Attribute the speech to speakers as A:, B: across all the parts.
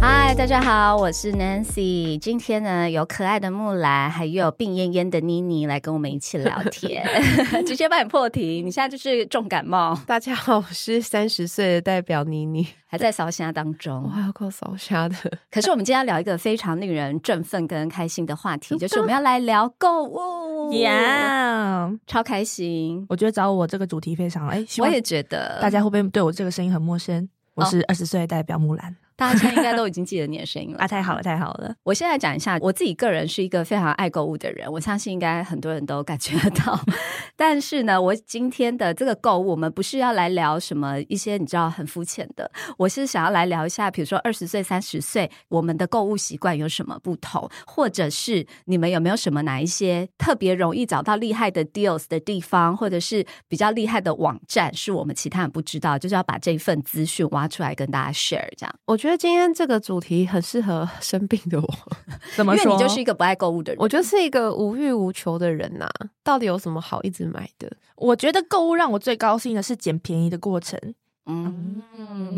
A: 嗨，大家好，我是 Nancy。今天呢，有可爱的木兰，还有病恹恹的妮妮来跟我们一起聊 天，直接帮你破题。你现在就是重感冒，
B: 大家好，我是三十岁的代表妮妮，
A: 还在烧虾当
B: 我
A: 中。
B: 还要够扫瞎的。
A: 可是我们今天要聊一个非常令人振奋跟开心的话题，就是我们要来聊购物，
C: 呀，
A: 超开心！
C: 我觉得找我这个主题非常哎，希
A: 我
C: 望
A: 也觉得，
C: 大家会不会对我这个声音很陌生？
B: 哦
C: 我是二十岁的代表木兰、
A: 大家现在应该都已经记得你的声音了
C: 啊，。太好了，太好了，
A: 我现在讲一下，我自己个人是一个非常爱购物的人，我相信应该很多人都感觉得到。 但是呢，我今天的这个购物，我们不是要来聊什么一些你知道很肤浅的，我是想要来聊一下，比如说二十岁、三十岁，我们的购物习惯有什么不同，或者是你们有没有什么哪一些特别容易找到厉害的 deals 的地方，或者是比较厉害的网站，是我们其他人不知道，就是要把这一份资讯挖出来跟大家 share 这样。
B: 我觉得今天这个主题很适合生病的我，
C: 怎么
A: 因为
C: 说？
A: 你就是一个不爱购物的人，
B: 我就是一个无欲无求的人呐、到底有什么好一直买的？
C: 我觉得购物让我最高兴的是捡便宜的过程。
A: 嗯，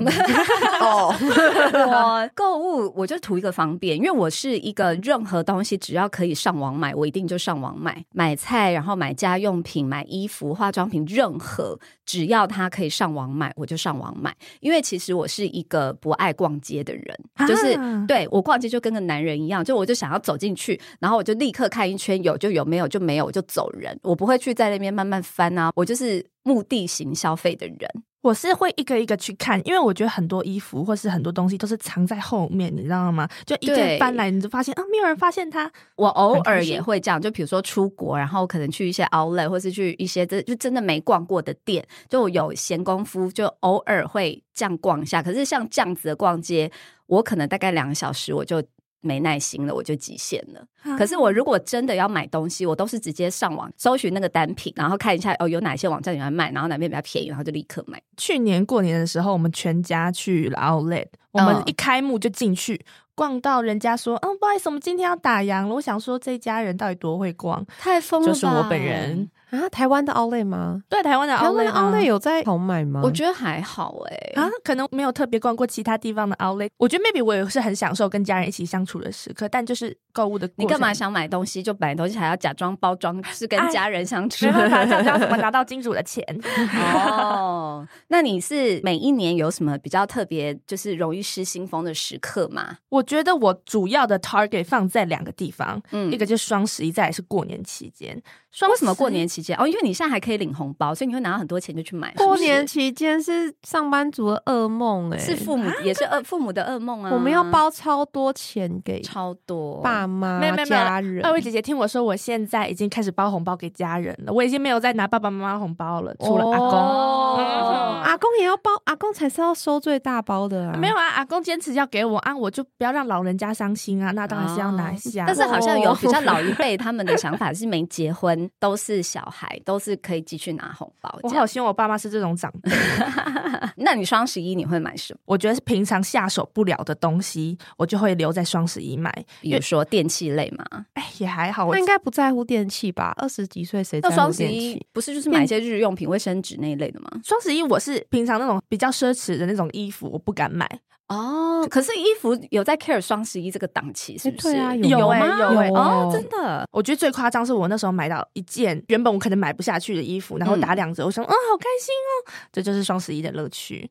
A: 哦，我购物我就图一个方便，因为我是一个任何东西只要可以上网买，我一定就上网买。买菜，然后买家用品、买衣服、化妆品，任何只要它可以上网买，我就上网买。因为其实我是一个不爱逛街的人，就是
C: 啊
A: 对我逛街就跟个男人一样，就我就想要走进去，然后我就立刻看一圈，有就有，没有就没有，我就走人。我不会去在那边慢慢翻啊，我就是目的型消费的人。
C: 我是会一个一个去看，因为我觉得很多衣服或是很多东西都是藏在后面，你知道吗？就一
A: 对
C: 件翻来，你就发现啊，没有人发现它。
A: 我偶
C: 很开
A: 尔
C: 心
A: 也会这样，就比如说出国，然后可能去一些 outlet 或是去一些这就真的没逛过的店，就有闲工夫，就偶尔会这样逛一下。可是像这样子的逛街，我可能大概两个小时我就没耐心了，我就极限了。
C: 啊
A: 可是我如果真的要买东西，我都是直接上网搜寻那个单品，然后看一下哦有哪些网站有在卖，然后哪边比较便宜，然后就立刻买。
C: 去年过年的时候，我们全家去了 Outlet，我们
A: 嗯
C: 一开幕就进去。逛到人家说，嗯，不好意思，我们今天要打烊了。我想说，这家人到底多会逛？
A: 太疯了，
C: 就是我本人。。
B: 啊，台湾的 Outlet 吗？
C: 对，台湾的
B: 台
C: Outlet，
B: 湾的 Outlet 啊
C: 有
B: 有在好买吗？
A: 我觉得还好哎、
C: 啊，可能没有特别逛过其他地方的 Outlet。我觉得 maybe 我也是很享受跟家人一起相处的时刻，但就是购物的过程，
A: 你干嘛想买东西就买东西，还要假装包装是跟
C: 哎
A: 家人相处？
C: 没办法，这样要怎么拿到金主的钱？
A: 哦，那你是每一年有什么比较特别，就是容易失心疯的时刻吗？
C: 我觉得我主要的 target 放在两个地方，
A: 嗯
C: 一个就是双十一，再来是过年期间。双
A: 为什么
C: 十一
A: 过年期间？哦，因为你现在还可以领红包，所以你会拿到很多钱就去买。
B: 过
A: 是
B: 年
A: 不
B: 期间是上班族的噩梦哎、
A: 是是父母也是噩父母的噩梦啊。
B: 我们要包超多钱给
A: 超多，
B: 爸妈、
C: 没有没有没有
B: 家人。
C: 二位姐姐听我说，我现在已经开始包红包给家人了，我已经没有再拿爸爸妈妈红包了，除了阿公。
B: 嗯
C: 啊
A: 哦
B: 阿公也要包，阿公才是要收最大包的啊。
C: 没有啊，阿公坚持要给我啊，我就不要让老人家伤心啊，那当然是要拿一下。
A: 但是好像有
B: 哦
A: 比较老一辈，他们的想法是没结婚都是小孩，都是可以继续拿红包
C: 我
A: 这
C: 好
A: 样。
C: 希望我爸妈是这种长辈，
A: 那你双十一你会买什么？
C: 我觉得是平常下手不了的东西，我就会留在双十一买。
A: 比如说电器类嘛，
C: 哎，也还好，我
B: 他应该不在乎电器吧？二十几岁谁在
A: 那
B: 乎
A: 双十
B: 电
A: 一
B: 器？
A: 不是就是买一些日用品、卫生纸那一类的吗？
C: 双十一我是平常那种比较奢侈的那种衣服，我不敢买。
A: 哦，可是衣服有在 care 双十一这个档期是不是？
B: 哎对哎啊
C: 有有
A: 吗？
C: 欸有欸
A: 哦，真的。
C: 我觉得最夸张是我那时候买到一件原本我可能买不下去的衣服，然后打两折，我想，嗯，好开心哦，这就是双十一的乐趣。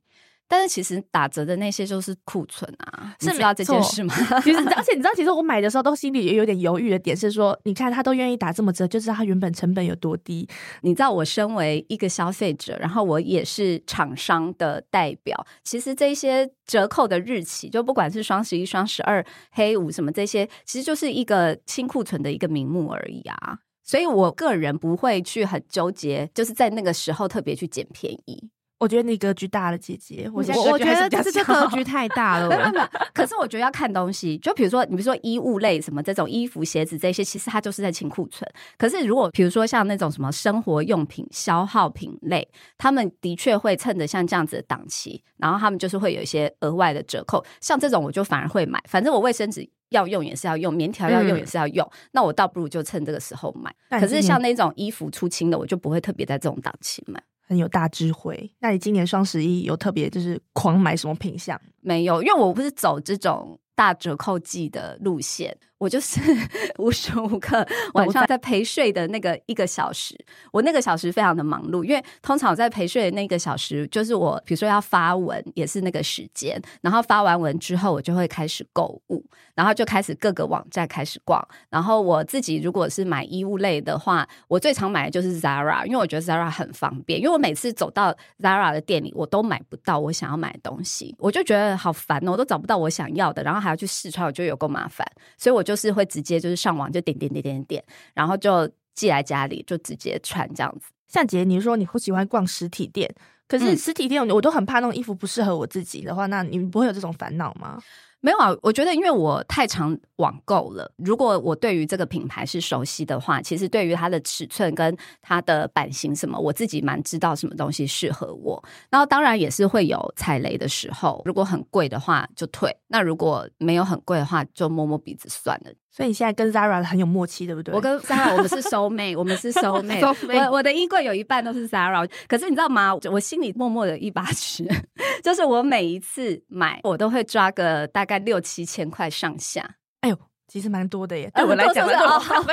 A: 但是其实打折的那些就是库存啊，
C: 是
A: 你知道这件
C: 没错
A: 事吗？
C: 其实，而且你知道，其实我买的时候都心里也有点犹豫的点是说，你看他都愿意打这么折，就知道他原本成本有多低。
A: 你知道，我身为一个消费者，然后我也是厂商的代表，其实这些折扣的日期，就不管是双十一、双十二、黑五什么这些，其实就是一个清库存的一个名目而已啊。所以我个人不会去很纠结，就是在那个时候特别去捡便宜。
C: 我觉得你格局大了，姐姐。我现在
B: 我我
C: 格
B: 觉
C: 局还是
B: 得
C: 比较
B: 这这
C: 小
B: 格局太大
A: 没有没
B: 了
A: 有。没有，可是我觉得要看东西， 就比如说你比如说衣物类什么这种衣服、鞋子这些，其实它就是在清库存。可是如果比如说像那种什么生活用品、消耗品类，他们的确会趁着像这样子的档期，然后他们就是会有一些额外的折扣。像这种我就反而会买，反正我卫生纸。要用也是要用，棉条要用也是要用，那我倒不如就趁这个时候买。
C: 那你
A: 可是
C: 今年
A: 像那种衣服出清的，我就不会特别在这种档期买。
C: 很有大智慧。那你今年双十一有特别就是狂买什么品相？
A: 没有，因为我不是走这种大折扣季的路线，我就是 无时无刻晚上在陪睡的那个一个小时，我那个小时非常的忙碌，因为通常我在陪睡的那个小时，就是我比如说要发文，也是那个时间，然后发完文之后，我就会开始购物，然后就开始各个网站开始逛，然后我自己如果是买衣物类的话，我最常买的就是 Zara，因为我觉得 Zara 很方便。因为我每次走到 Zara 的店里，我都买不到我想要买的东西，我就觉得好烦哦，我都找不到我想要的，然后还要去试穿，我觉得有够麻烦。所以我就是会直接就是上网就点点点点点，然后就寄来家里就直接穿这样子。
C: 像姐，你说你会喜欢逛实体店，可是
A: 嗯
C: 实体店我都很怕那种衣服不适合我自己的话，那你不会有这种烦恼吗？
A: 没有啊，我觉得因为我太常网购了，如果我对于这个品牌是熟悉的话，其实对于它的尺寸跟它的版型什么，我自己蛮知道什么东西适合我。然后当然也是会有踩雷的时候，如果很贵的话就退，那如果没有很贵的话就摸摸鼻子算了。
C: 所以你现在跟 Zara 很有默契，对不对？
A: 我跟 Sarah 我们是收妹，我们是 收妹。
B: 我
A: 我我的衣柜有一半都是 Zara，可是你知道吗？我心里默默的一把尺， 就是我每一次买，我都会抓个大概六七千块上下。
C: 哎呦，其实蛮多的耶，
A: 啊
C: 对我来讲，
A: 很
C: 对
A: 多
C: 我
A: 是不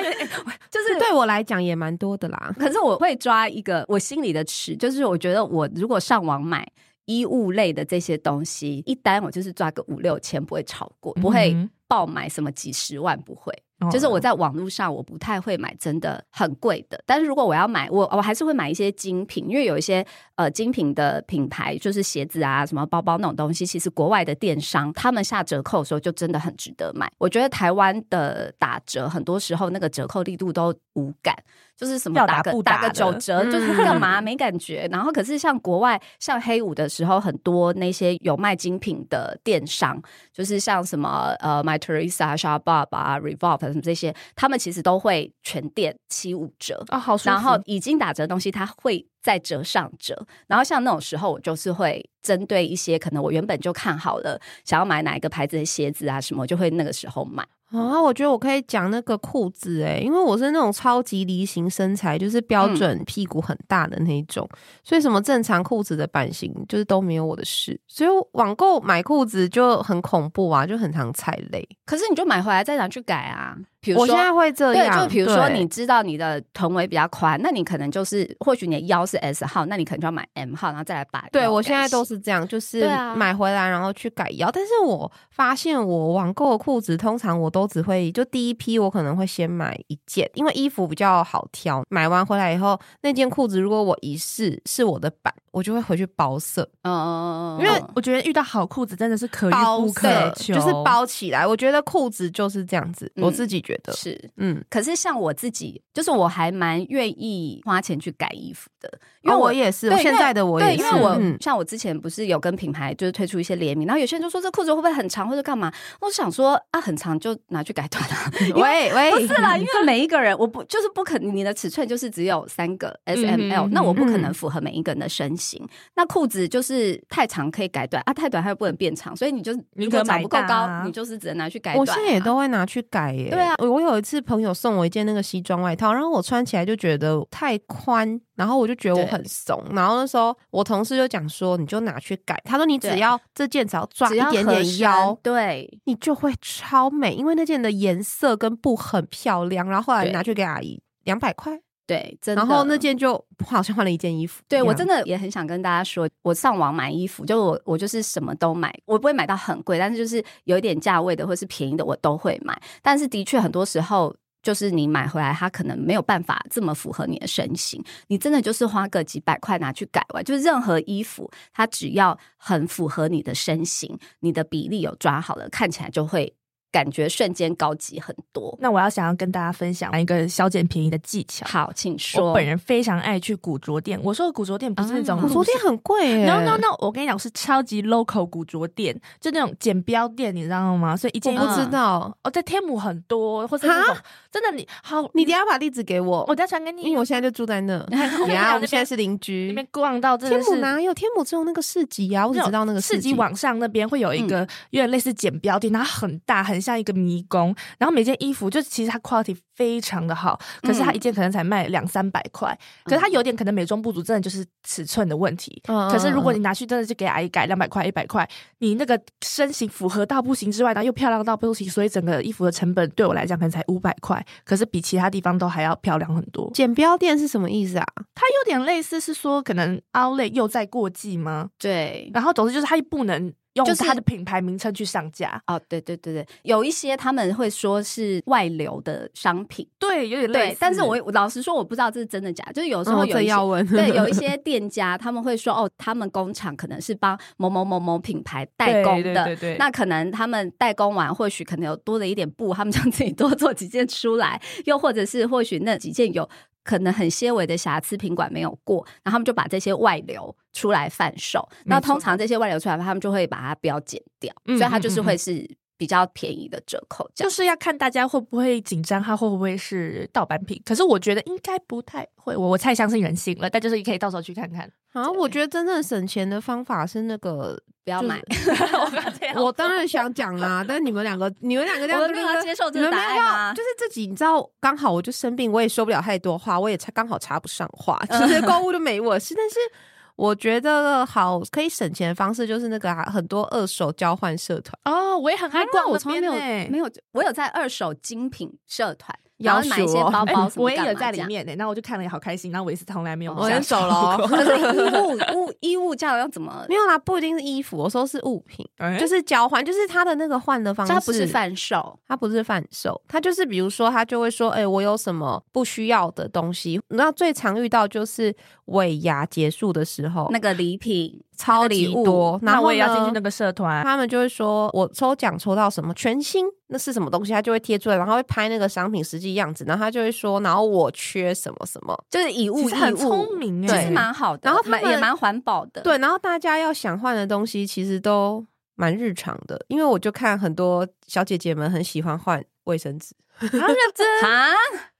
A: 就是
B: 对我来讲也蛮多的啦。
A: 可是我会抓一个我心里的尺，就是我觉得我如果上网买衣物类的这些东西，一单我就是抓个五六千，不会超过，不会
C: 嗯
A: 爆买什么几十万，不会。
C: 哦
A: 就是我在网络上我不太会买真的很贵的，但是如果我要买，我我还是会买一些精品，因为有一些呃精品的品牌，就是鞋子啊、什么包包那种东西，其实国外的电商他们下折扣的时候就真的很值得买。我觉得台湾的打折很多时候那个折扣力度都无感，就是什么
C: 要
A: 打
C: 打
A: 个
C: 不
A: 打
C: 打
A: 个
C: 的
A: 九折，就是
B: 嗯
A: 干嘛没感觉。然后可是像国外像黑五的时候，很多那些有卖精品的电商，就是像什么呃 My Teresa、s h a b a b 啊、Revolve 什么这些，他们其实都会全店七五折。
B: 哦
C: 啊、好舒服，
A: 然后已经打折的东西，它会再折上折。然后像那种时候，我就是会针对一些可能我原本就看好了，想要买哪一个牌子的鞋子啊什么，我就会那个时候买。
B: 啊，我觉得我可以讲那个裤子哎、因为我是那种超级梨形身材，就是
A: 嗯
B: 标准屁股很大的那一种，所以什么正常裤子的版型就是都没有我的事，所以网购买裤子就很恐怖啊，就很常踩雷。
A: 可是你就买回来再拿去改啊。比如
B: 我
A: 说
B: 现在会这
A: 对，
B: 样，
A: 就比如说
B: 对
A: 你知道你的臀围比较宽，那你可能就是或许你的腰是 S 号，那你可能就要买 M 号，然后再来把腰
B: 对我现
A: 改
B: 在都
A: 型
B: 是这样，就是
A: 对啊
B: 买回来然后去改腰。但是我发现我网购的裤子，通常我都只会就第一批，我可能会先买一件，因为衣服比较好挑。买完回来以后，那件裤子如果我一试是我的版，我就会回去包色，
A: 嗯，
C: 因为
A: 嗯
C: 我觉得遇到好裤子真的是可遇
B: 包
C: 不可
B: 色
C: 求，
B: 就是包起来。我觉得裤子就是这样子，我
A: 嗯
B: 自己觉得，
A: 是。
B: 嗯，
A: 可是像我自己，就是我还蛮愿意花钱去改衣服的，因
B: 因
A: 为
B: 为
A: 我
B: 啊哦我也是，
A: 对，
B: 现在的我也
A: 对，
B: 是，
A: 因为我、
B: 嗯
A: 像我之前不是有跟品牌就是推出一些联名，然后有些人就说这裤子会不会很长或者干嘛？我想说啊，很长就拿去改短啊， 因为
B: 喂喂，
A: 不是啦，因为每一个人，我不就是不可你的尺寸就是只有三个 S
C: 嗯
A: M
C: 哼
A: L，、那我不可能
B: 嗯
A: 符合每一个人的身形。那裤子就是太长可以改短啊，太短它又不能变长，所以你就
C: 你
A: 如果
C: 可
A: 长
C: 买
A: 不够
C: 大
A: 高，
C: 啊
A: 你就是只能拿去改
B: 我
A: 短、啊
B: 现在也。都会拿去改耶、
A: 对啊，
B: 我有一次朋友送我一件那个西装外套，然后我穿起来就觉得太宽，然后我就觉得我
A: 对
B: 很怂。然后那时候我同事就讲说，你就拿去改。他说你只
A: 对
B: 要这件只要抓
A: 只
B: 一
A: 要
B: 点
A: 合
B: 点
A: 身
B: 腰，
A: 对，
B: 你就会超美，因为那件的颜色跟布很漂亮。然后后来
A: 对
B: 拿去给阿姨两百块，
A: 对，真的。
B: 然后那件就好像换了一件衣服一
A: 对
B: 样。
A: 我真的也很想跟大家说，我上网买衣服，就我我就是什么都买，我不会买到很贵，但是就是有一点价位的或是便宜的我都会买。但是的确很多时候。就是你买回来，它可能没有办法这么符合你的身形，你真的就是花个几百块拿去改完，就是任何衣服，它只要很符合你的身形，你的比例有抓好了，看起来就会感觉瞬间高级很多。
C: 那我要想要跟大家分享一个削减便宜的技巧。
A: 好，请说。
C: 我本人 非常爱去古着店，我说的古着店不是那种
A: 啊
B: 我
C: 路
B: 昨
C: 线
B: 天很贵 耶、
C: No no no！我跟你讲，是超级 local 古着店，就那种剪标店，你知道吗？所以一件衣
B: 我
C: 服
B: 不
A: 嗯
B: 知道。
C: 哦，在天母很多，或者那种真的你好，
B: 你等一下把地址给我，
C: 我再传给你，
B: 因为我现在就住在那。
C: 我跟你
B: 呀，
C: 讲
B: 我们现在是邻
C: 那
B: 居。
C: 边逛到真
B: 天
C: 的
B: 母
C: 是。
B: 哪有？天母只有那个市集啊，我只知道那个
C: 市
B: 集
C: 集。往上那边会有一个有点类似剪标店，然后很大，很像一个迷宫。然后每件衣服就其实它 quality 非常的好，可是它
A: 嗯
C: 一件可能才卖两三百块，可是它有点可能美中不足，真的就是尺寸的问题。
B: 嗯
C: 可是如果你拿去真的就给阿姨改两百块、一百块，你那个身形符合到不行之外，然后又漂亮到不行，所以整个衣服的成本对我来讲可能才五百块，可是比其他地方都还要漂亮很多。
B: 剪标店是什么意思啊？
C: 它有点类似是说，可能 Outlet 又在过季吗？
A: 对，
C: 然后总之就是它不能用
A: 就是
C: 它的品牌名称去上架，
A: 哦，对对对对，有一些他们会说是外流的商品，
C: 对，有点类
A: 对
C: 似。。
A: 但是我我老实说，我不知道这是真的假的，就是有时候
B: 哦
A: 有
B: 这
A: 一些、
B: 要问。
A: 对， 有一些店家他们会说哦，他们工厂可能是帮某某某某品牌代工的，
C: 对对对对
A: 那可能他们代工完，或许可能有多了一点布，他们让自己多做几件出来，又或者是或许那几件有。可能很些微的瑕疵，品管没有过，然后他们就把这些外流出来贩售。
C: 没
A: 那
C: 错
A: 通常这些外流出来，他们就会把它标减掉，
C: 嗯
A: 所以它就是
C: 嗯嗯
A: 会是比较便宜的折扣价。
C: 就是要看大家会不会紧张，它会不会是盗版品。可是我觉得应该不太会，我我太相信人性了。但就是你可以到时候去看看。
B: 啊，我觉得真正省钱的方法是那个，
A: 不要
B: 就是
A: 买，
C: 我不要这样
B: 我当然想讲 啦，但你们两个，你们两个这样
A: 我
B: 子
A: 们没
B: 立
A: 有
B: 刻
A: 要接受
B: 你
A: 这个
B: 们
A: 答
B: 没有
A: 案
B: 要，
A: 吗
B: 就？是这集你知道，刚好我就生病，我也说不了太多话，我也插刚好插不上话，其
A: 嗯
B: 实 购物就没我的事。但是我觉得好可以省钱的方式就是那个、啊、很多二手交换社团，
C: 哦，我也很爱逛、
A: 啊
C: 欸
A: 我从来没有没
C: 有。
A: 有，我有在二手精品社团，
B: 要
A: 然后买一些
B: 求哦
A: 包
C: 哎
A: 包什么
C: 我也
A: 干嘛
C: 有在 里
A: 这样。
C: 面呢、欸那我就看了也好开心，然后我也是从来没有
B: 我
C: 下
B: 先
C: 手
B: 走了哦
C: 过。
A: 可是衣物物衣物这样要怎 么？
B: 没有啦，不一定是衣服，我说是物品，
C: 哎
B: 就是交换，就是它的那个换的方
A: 所以
B: 式，
A: 它不是贩售，
B: 他不是贩售，他就是比如说，他就会说，哎、我有什么不需要的东西。那最常遇到就是尾牙结束的时候，
A: 那个礼品
B: 超礼
A: 哦那个
B: 多，然
C: 那
B: 后
C: 我也要进去
B: 呢
C: 那个社团。
B: 他们就会说我抽奖抽到什么全新，那是什么东西，他就会贴出来，然后会拍那个商品实际样子，然后他就会说，然后我缺什么什么。
A: 就是以物
C: 其
A: 易
C: 实很
A: 物，
C: 聪明
A: 欸其
C: 哎、
A: 实蛮好的，
B: 然后他
A: 蛮
B: 们
A: 也蛮环保的。，
B: 对，然后大家要想换的东西其实都蛮日常的，因为我就看很多小姐姐们很喜欢换卫生纸。
C: 然后认真。
A: 啊，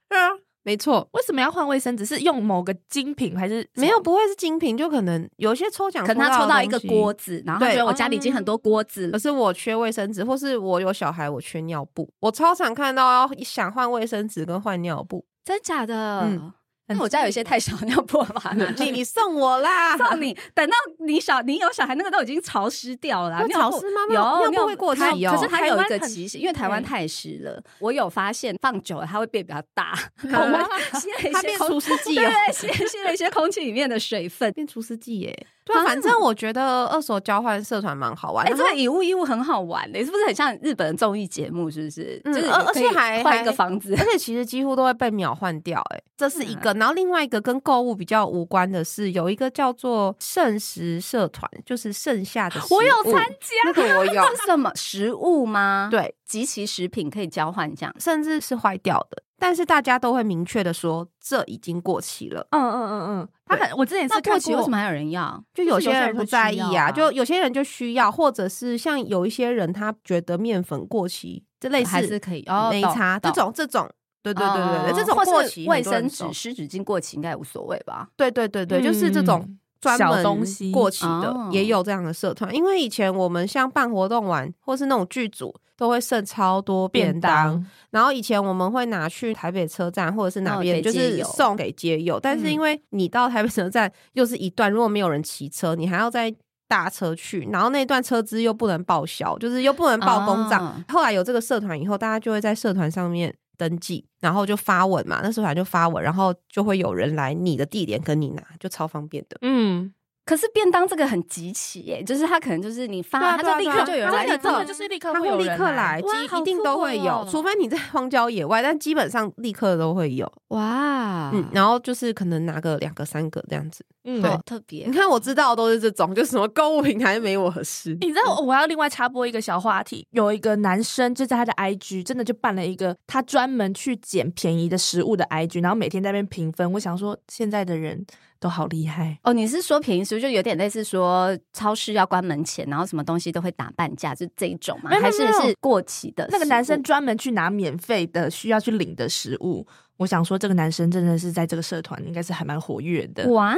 B: 对啊，没错。
C: 为什么要换卫生纸？是用某个精品还是
B: 没有？不会是精品，就可能有一些抽奖，
A: 可能他抽到一个锅，子，然后他
B: 对
A: 觉得我家里已经很多锅子
B: 可
A: 了，
B: 是我缺卫生纸，或是我有小孩，我缺尿布。我超常看到要想换卫生纸跟换尿布，
A: 真假的
B: 嗯？
A: 那我家有一些太小尿布了吧？
B: 你你 送我啦，
A: 送你，等到你小你有小孩，那个都已经潮湿掉了啦。
B: 会
A: 尿
B: 潮
A: 布
B: 湿吗
A: 有
B: 尿布
A: 尿
B: 会过
A: 它
B: 期哦
A: 可是它有一个
C: 台湾很
A: 极限，因为台湾
C: 对
A: 太湿了。我有发现，放久了它会变比较 大，我
B: 好
A: 们
B: 吗
A: 吸了一
B: 它
A: 些
B: 变
A: 空，
B: 除湿剂
A: 对
B: 哦，
A: 对，吸 吸了一些空气里面的水分。
B: 变除湿剂耶。对啊，反正我觉得二手交换社团蛮好玩，
A: 哎，
B: 然
A: 这
B: 后
A: 个以物易物很好玩的，是不是很像日本的综艺节目？是不是？
B: 嗯
A: 就是
B: 而
A: 你可以
B: 而且还
A: 换一个房子
B: 而，且其实几乎都会被秒换掉、欸，这是一个。然后另外一个跟购物比较无关的是，有一个叫做剩食社团，就是剩下的食
C: 我有
B: 物
C: 参加，
B: 那个我有，
A: 是什么食物吗？，
B: 对，
A: 集齐食品可以交换这样。
B: 甚至是坏掉的，但是大家都会明确的说这已经过期了。
C: 嗯嗯嗯嗯，他很，我之前
A: 那
C: 是
A: 过
C: 看
A: 期为
C: 过
A: 什么还有人要？
B: 就有些人不在意
C: 就是有些人会需要啊
B: 就有些人就需要，或者是像有一些人他觉得面粉过期，这类似
A: 还是可以哦
B: 没
A: 懂
B: 差这
A: 懂
B: 种这种，对对对对对，
A: 哦
B: 这种
A: 或是
B: 过期
A: 卫
B: 很多人
A: 生
B: 收
A: 纸、湿纸巾过期应该也无所谓吧？
B: 对对对对，就是这种
C: 嗯
B: 专
C: 小
B: 门
C: 东西
B: 过期的
A: 哦，
B: 也有这样的社团。因为以前我们像办活动完，或是那种剧组，都会剩超多便
C: 便
B: 当。
C: 当，
B: 然后以前我们会拿去台北车站或者是哪
A: 哦
B: 边，
A: 给
B: 就
A: 街
B: 是
A: 友嗯
B: 送给街友。但是因为你到台北车站又是一段，如果没有人骑车，你还要再搭车去，然后那段车资又不能报销，就是又不能报公账。
A: 啊
B: 后来有这个社团以后，大家就会在社团上面登记，然后就发文嘛，那社团就发文，然后就会有人来你的地点跟你拿，就超方便的。
C: 嗯，
A: 可是便当这个很急起耶、就是他可能就是你发，
B: 对
A: 他
B: 啊对
A: 就
B: 啊
A: 立
B: 对
A: 刻
B: 啊
A: 就有人
B: 真
A: 来
B: 的
A: 立
B: 真
A: 刻
B: 的
C: 就是立刻
B: 它
C: 会有
B: 会立
C: 人
B: 刻来，
A: 哇
B: 基
A: 好
B: 一定
A: 酷
B: 都会有
A: 哦，
B: 除非你在荒郊野外，但基本上立刻都会有。
A: 哇，
B: 嗯，然后就是可能拿个两个三个这样子。
C: 嗯
A: 好特别
B: 你。看我知道的都是这种，就什么购物平台没我合适。
A: 嗯
C: 你知道我我要另外插播一个小话题，有一个男生就在他的 IG 真的就办了一个他专门去捡便宜的食物的 IG，然后每天在那边评分。我想说现在的人都好厉害，
A: 哦，你是说便宜食物就有点类似说超市要关门前，然后什么东西都会打半价，就这一种吗
C: 没？有
A: 还是
C: 没有
A: 呃是过期的食物？
C: 那个男生专门去拿免费的需要去领的食物。我想说这个男生真的是在这个社团应该是还蛮活跃的。
A: 哇，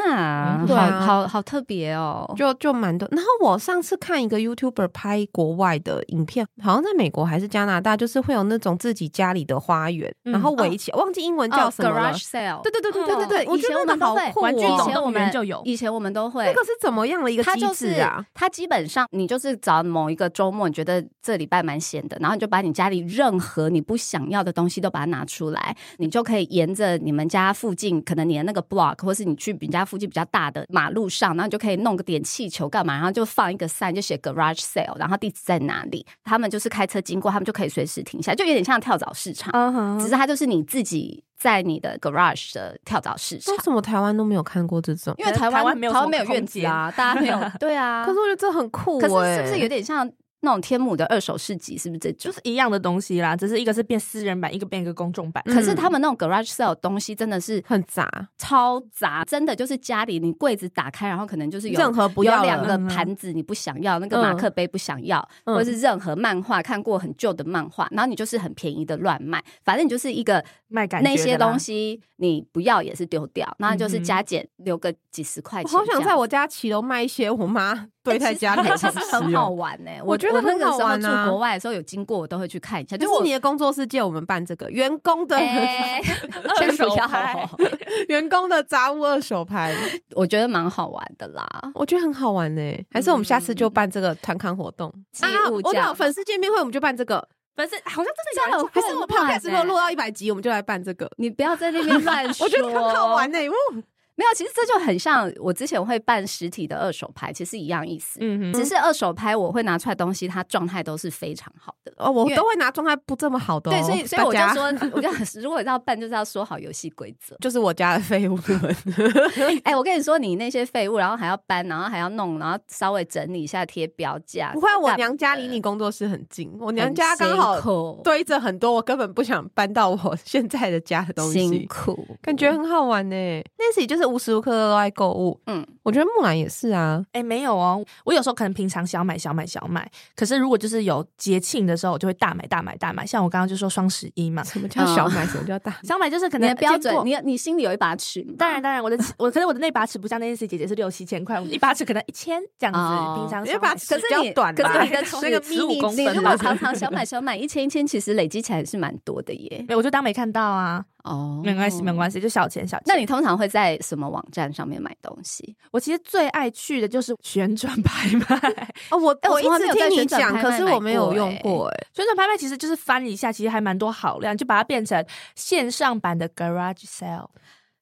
B: 对啊
A: 好好好特别哦。
B: 就就蛮多。然后我上次看一个 YouTuber 拍国外的影片，好像在美国还是加拿大，就是会有那种自己家里的花园，
C: 嗯
B: 然后围起来，忘记英文叫什么了。
A: 哦？Garage Sale，
B: 对对对对对
C: 嗯
B: 对，我
A: 以
B: 觉
A: 前
B: 得
A: 哦我
B: 那
A: 们
B: 个好
A: 都会
B: 酷
C: 玩具
B: 哦。
C: 总动员就有
A: 以前我们都会。
B: 那个是怎么样的一个
A: 它
B: 机
A: 就是
B: 制啊？
A: 它基本上你就是找某一个周末，你觉得这礼拜蛮闲的，然后你就把你家里任何你不想要的东西都把它拿出来，你就可以沿着你们家附近，可能你的那个 block，或是你去你家附近比较大的马路上，然后你就可以弄个点气球干嘛，然后就放一个 sign，就写 garage sale，然后地址在哪里，他们就是开车经过，他们就可以随时停下来，就有点像跳蚤市场，
C: 嗯哼
A: 只是它就是你自己在你的 garage 的跳蚤市场
B: 为。什么台湾都没有看过这种？
A: 因为台
C: 台
A: 湾
C: 湾没有
A: 台
C: 什
A: 湾
C: 么
A: 没有院
C: 空
A: 子啊，大家没有对啊。
B: 可是我觉得这很酷、
A: 可
B: 欸，
A: 是是不是有点像那种天母的二手市集？是不是这
C: 就
A: 种？
C: 是一样的东西啦，只是一个是变私人版，一个变一个公众版。嗯
A: 可
B: 嗯
A: 是他们那种 garage sale 的东西真的是
B: 很杂？
A: 超杂，真的就是家里你柜子打开，然后可能就是有
B: 任何不
A: 有
B: 要
A: 两
B: 了
A: 个
C: 嗯
A: 盘子你不想要，那个马克杯不想要，
B: 嗯
A: 或者是任何漫画看过很旧的漫画，然后你就是很便宜的乱卖，反正你就是一个
C: 卖感觉
A: 那
C: 的
A: 些
C: 啦
A: 东西你不要也是丢掉，然后就是
C: 嗯哼
A: 加减留个几十块
B: 我
A: 钱这
B: 好
A: 样子。
B: 想在我家骑楼卖一些我妈 堆在家里
A: 欸
B: 的
A: 其实
B: 东
A: 其实
B: 西
A: 很好
B: 哦。
A: 玩呢、我
B: 我觉得
A: 我那
B: 很
A: 个
B: 好
A: 时候
B: 玩啊
A: 住国外的时候有经过，我都会去看一下。
B: 就是
A: 我
B: 你的工作室借我们办这个员工 的、
A: 哎，
C: 二
A: 先
C: 手
A: 不要
C: 牌，
B: 员工的杂物二手拍，
A: 我觉得蛮好玩的啦。
B: 我觉得很好玩呢、还是我们下次就办这个团刊活动？啊
A: 集嗯物
B: 我
A: 价
B: 懂粉丝见面会，我们就办这个。
C: 不是好像真的有人
A: 这
B: 还是我们
A: 好玩
B: podcast 如
A: 欸
B: 果录到一百集，我们就来办这个。
A: 你不要在那边乱说，
B: 我觉得很好玩。呢、欸，哇
A: 没有，其实这就很像我之前会办实体的二手拍，其实一样意思。
C: 嗯
A: 只是二手拍我会拿出来东西，它状态都是非常好的。
B: 哦，我
A: 因为
B: 都会拿状态不这么好的、哦。
A: 对，所以所以我就
B: 大家
A: 说，我就如果要办，就是要说好游戏规 则。
B: 就是我家的废物们。
A: 哎、我跟你说，你那些废物，然后还要搬，然后还要弄，然后稍微整理一下，贴标价。
B: 不会，啊我
A: 干
B: 娘家离你工作室很近，我娘家刚
A: 很辛
B: 好
A: 苦
B: 堆着很多我根本不想搬到我现在的家的东
A: 辛
B: 西，
A: 苦，
B: 感觉很好玩呢、Nancy 就是无时无刻都在购物，
A: 嗯，
B: 我觉得木兰也是啊，
C: 哎、没有哦，我有时候可能平常小买小买小买，可是如果就是有节庆的时候，我就会大买大买大买。像我刚刚就说双十一嘛，
B: 什么叫小买，什么叫 大买？
C: 小买就是可
A: 你
C: 能
A: 的标
C: 见
A: 准，
C: 过
A: 你你心里有一把尺吗，
C: 当然当然，我的尺我可能我的那把尺不像那 a 姐姐是六七千块，我一把尺可能一千这样子。
A: 哦
C: 平常
B: 因
C: 小
B: 为
C: 买
B: 把尺
A: 可
B: 比
A: 是
B: 较
A: 你
B: 短
A: 可
B: 吧，
A: 是你 的
B: 那个
C: 尺15
B: mini
C: 公
A: 你
C: 分
A: 如果
C: 的
A: 常 常小买小买一千一千，其实累积起来是蛮多的耶。
C: 没有，我就当没看到啊，
A: 哦
C: 没关系没关系，就小钱小钱。
A: 那你通常会在什么网站上面买东西？
C: 我其实最爱去的就是旋转拍卖。
B: 哦，我
A: 哎我
B: 我
A: 从来没
B: 一直
A: 有在
B: 听你
A: 旋转
B: 讲，
A: 拍
B: 可
A: 卖
B: 是
A: 买
B: 我没有
A: 过
B: 用
A: 欸
B: 过哎、
C: 旋转拍卖其实就是翻一下，其实还蛮多好料，就把它变成线上版的 garage sale，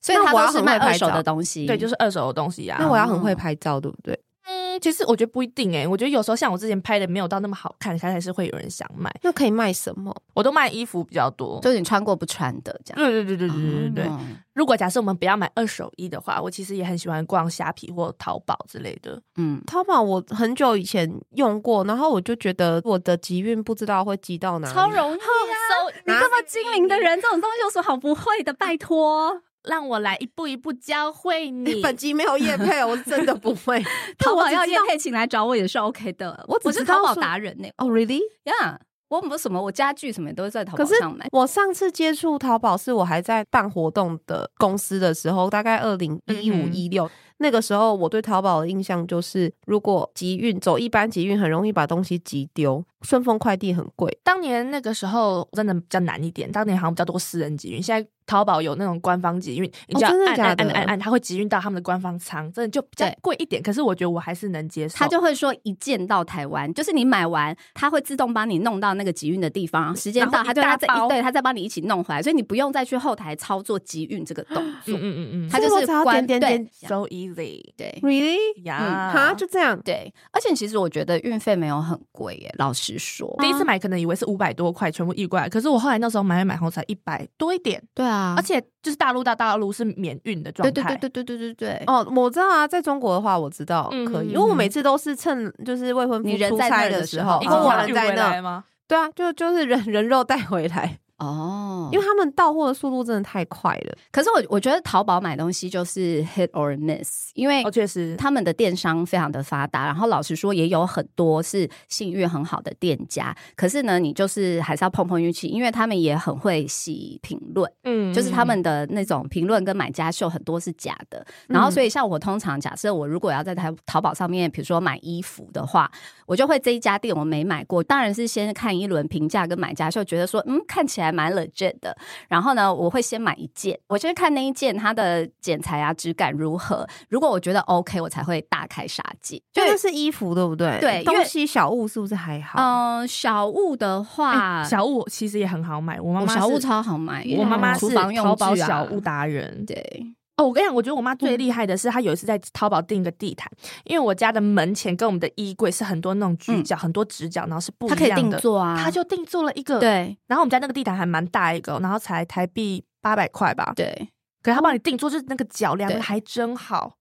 A: 所以
B: 那
A: 它
B: 我要
A: 都是
B: 很
A: 卖
B: 会
A: 二
B: 拍
A: 手
B: 照
A: 的东西，
C: 对，就是二手的东西啊。
B: 那我要很会拍照，对不对？
C: 嗯，其实我觉得不一定诶、我觉得有时候像我之前拍的没有到那么好看，它还是会有人想买。
B: 那可以卖什么？
C: 我都卖衣服比较多。
A: 就是你穿过不穿的这样。
C: 对对对对对嗯对
B: 嗯
C: 对。
A: 哦
C: 如果假设我们不要买二手衣的话，我其实也很喜欢逛虾皮或淘宝之类的。
A: 嗯，
B: 淘宝我很久以前用过，然后我就觉得我的集运不知道会集到哪里，
A: 超容易
B: 哦
A: 啊！你这么精明的人，这种东西有什么好不会的？拜 托，
C: 让我来一步一步教会你。
B: 本集没有叶配，我是真的不会。
A: 淘宝
B: 我只
A: 要
B: 知
A: 叶
B: 道
A: 配，请来找我也是 OK 的。
B: 我只
A: 我是
B: 知道
A: 淘宝
B: 说
A: 达人呢、
B: 哦、r e a l l y
A: 呀、我我什么我家具什么也都是在淘宝
B: 可是
A: 上买。
B: 我上次接触淘宝是我还在办活动的公司的时候，大概二零一五
C: 嗯哼
B: 一六那个时候，我对淘宝的印象就是，如果集运走一般集运，很容易把东西集丢，顺丰快递很贵。
C: 当年那个时候真的比较难一点，当年好像比较多私人集运，现在淘宝有那种官方集运，
A: 哦
C: 你只要
B: 真的
C: 按
B: 假
C: 按
B: 的
C: 按按按，它会集运到他们的官方仓，真的就比较
A: 对
C: 贵一点。可是我觉得我还是能接受。
A: 他就会说一件到台湾，就是你买完，他会自动帮你弄到那个集运的地方，时间到，
C: 然后
A: 他
C: 一
A: 就
C: 大
A: 他再
C: 包
A: 对他再帮你一起弄回来，来，所以你不用再去后台操作集运这个动作
C: 嗯。嗯嗯嗯，
A: 他就是
B: 所以我只要
A: 关
B: 点点
A: 对啊
B: 点
C: so easy， Really
A: 对。嗯
B: ，really
C: 呀，
B: 哈，就这样，
A: 对，而且其实我觉得运费没有很贵耶，老实说。
C: 第一次买可能以为是五百多块，全部译过来。可是我后来那时候买买后才一百多一点，
A: 对啊
C: 而且就是大陆到大陆是免运的状
A: 对
C: 态。
A: 对对对对对对对，
B: 哦，我知道啊，在中国的话，我知道
C: 嗯
B: 可以，
C: 嗯
B: 因为我
C: 嗯
B: 每次都是趁就是未婚夫
A: 你人
B: 出
A: 在那
B: 差
A: 儿的时
B: 时
A: 候
B: 候，
A: 一
C: 一
A: 直
B: 因
C: 直
B: 为我
A: 把
B: 人在那，
C: 吗？
B: 对啊，就就是人人肉带回来，
A: 哦，
B: 因为他们到货的速度真的太快了。
A: 可是我我觉得淘宝买东西就是 hit or miss，因为
C: 哦，确实，
A: 他们的电商非常的发达，然后老实说也有很多是信誉很好的店家，可是呢，你就是还是要碰碰运气，因为他们也很会洗评论，
C: 嗯
A: 就是他们的那种评论跟买家秀很多是假的，然
C: 嗯
A: 后所以像我通常假设我如果要在淘淘宝上面，比如说买衣服的话，我就会这一家店我没买过，当然是先看一轮评价跟买家秀，觉得说嗯看起来蛮 legit 的，然后呢我会先买一件，我先看那一件它的剪裁啊质感如何，如果我觉得 OK 我才会大开杀戒，
B: 就
C: 哎
A: 就
B: 那
A: 是
B: 是衣服对不对？
A: 对因为
B: 东西小物是不是还好？
A: 嗯、小物的话，
C: 哎小物其实也很好买。我妈
A: 嗯我
C: 妈
A: 小物
C: 是
A: 超好买耶，
C: 我妈妈
A: 厨
C: 是
A: 房用
C: 淘宝
A: 具啊
C: 小物达人。
A: 对。嗯
C: 哦，我跟你讲，我觉得我妈最厉害的是，她有一次在淘宝订一个地毯，因为我家的门前跟我们的衣柜是很多那种
A: 嗯
C: 直角，很多直角，然后是不一
A: 它可
C: 样的。
A: 以定做啊，
C: 她就定做了一个。，
A: 对
C: 然后我们家那个地毯还蛮大一个，然后才台币八百块吧。
A: 对，
C: 可是他帮你定做，就是那个脚量
A: 对
C: 还真好。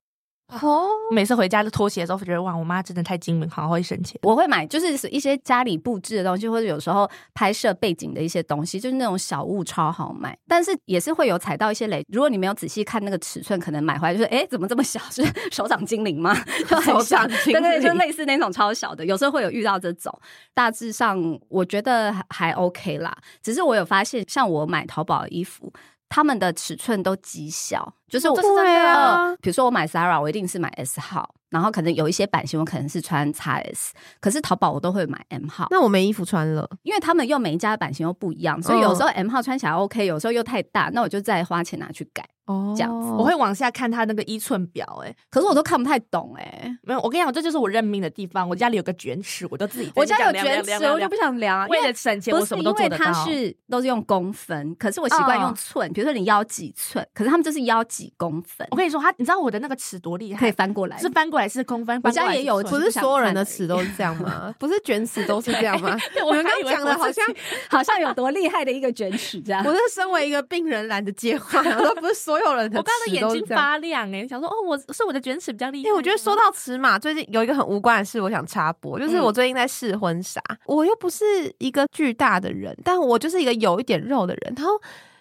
B: 哦，
C: 每次回家就脱鞋的时候，觉得哇，我妈真的太精明，好会省钱。
A: 我会买，就是一些家里布置的东西，或者有时候拍摄背景的一些东西，就是那种小物超好买，但是也是会有踩到一些雷。如果你没有仔细看那个尺寸，可能买回来就是哎，诶怎么这么小？是手掌精灵 吗？就很小
B: 手掌精灵
A: 对对，就类似那种超小的，有时候会有遇到这种。大致上我觉得还还 OK 啦，只是我有发现，像我买淘宝的衣服。他们的尺寸都极小，就是我
B: 哦这是真的
A: 对
B: 啊
A: 比如说我买 Zara，我一定是买 S 号，然后可能有一些版型我可能是穿 XS，可是淘宝我都会买 M 号，
B: 那我没衣服穿了，
A: 因为他们又每一家的版型又不一样，所以有时候
C: 嗯
A: M 号穿起来 OK，有时候又太大，那我就再花钱拿去改。
B: 哦
A: 这样子
C: 我会往下看她那个一寸表、哎，
A: 可是我都看不太懂哎、
C: 没有，我跟你讲，这就是我认命的地方。我家里有个卷尺，我都自己在
A: 我家有
C: 那边
A: 卷
C: 量
A: 尺，
C: 量量
A: 我就
C: 量
A: 不想量啊，因
C: 为了省钱，
A: 不
C: 我
A: 是
C: 什么
A: 因
C: 都做
A: 为
C: 得
A: 它
C: 到。
A: 是都是用公分，可是我习惯用
C: 哦
A: 寸，比如说你腰几寸，可是他们就是腰几公分
C: 我，跟你说，他你知道我的那个尺多厉害？
A: 可以翻过来。
C: 是翻过来是公分，
A: 我家
C: 翻过来
A: 也有
C: 是
B: 哦不
C: 寸
B: 是所有人的尺都是这 样吗？不是卷尺都是这样吗？
C: 对
B: 你
C: 我
B: 们
C: 还
B: 刚
C: 以为
B: 讲的
C: 我自啊
B: 好像，
A: 好像有多厉害的一个卷尺这样
B: 我。是身为一个病人懒得接话，然后说不是所有人 的
C: 我刚刚
B: 尺
C: 眼
B: 都是
C: 睛
B: 这样。
C: 发亮哎、想说哦，我是我的卷尺比较厉害
B: 哎、
C: 吗。
B: 我觉得说到尺码，最近有一个很无关的事，我想插播，就是
A: 嗯
B: 我最近在试婚纱，我又不是一个巨大的人，但我就是一个有一点肉的人，然后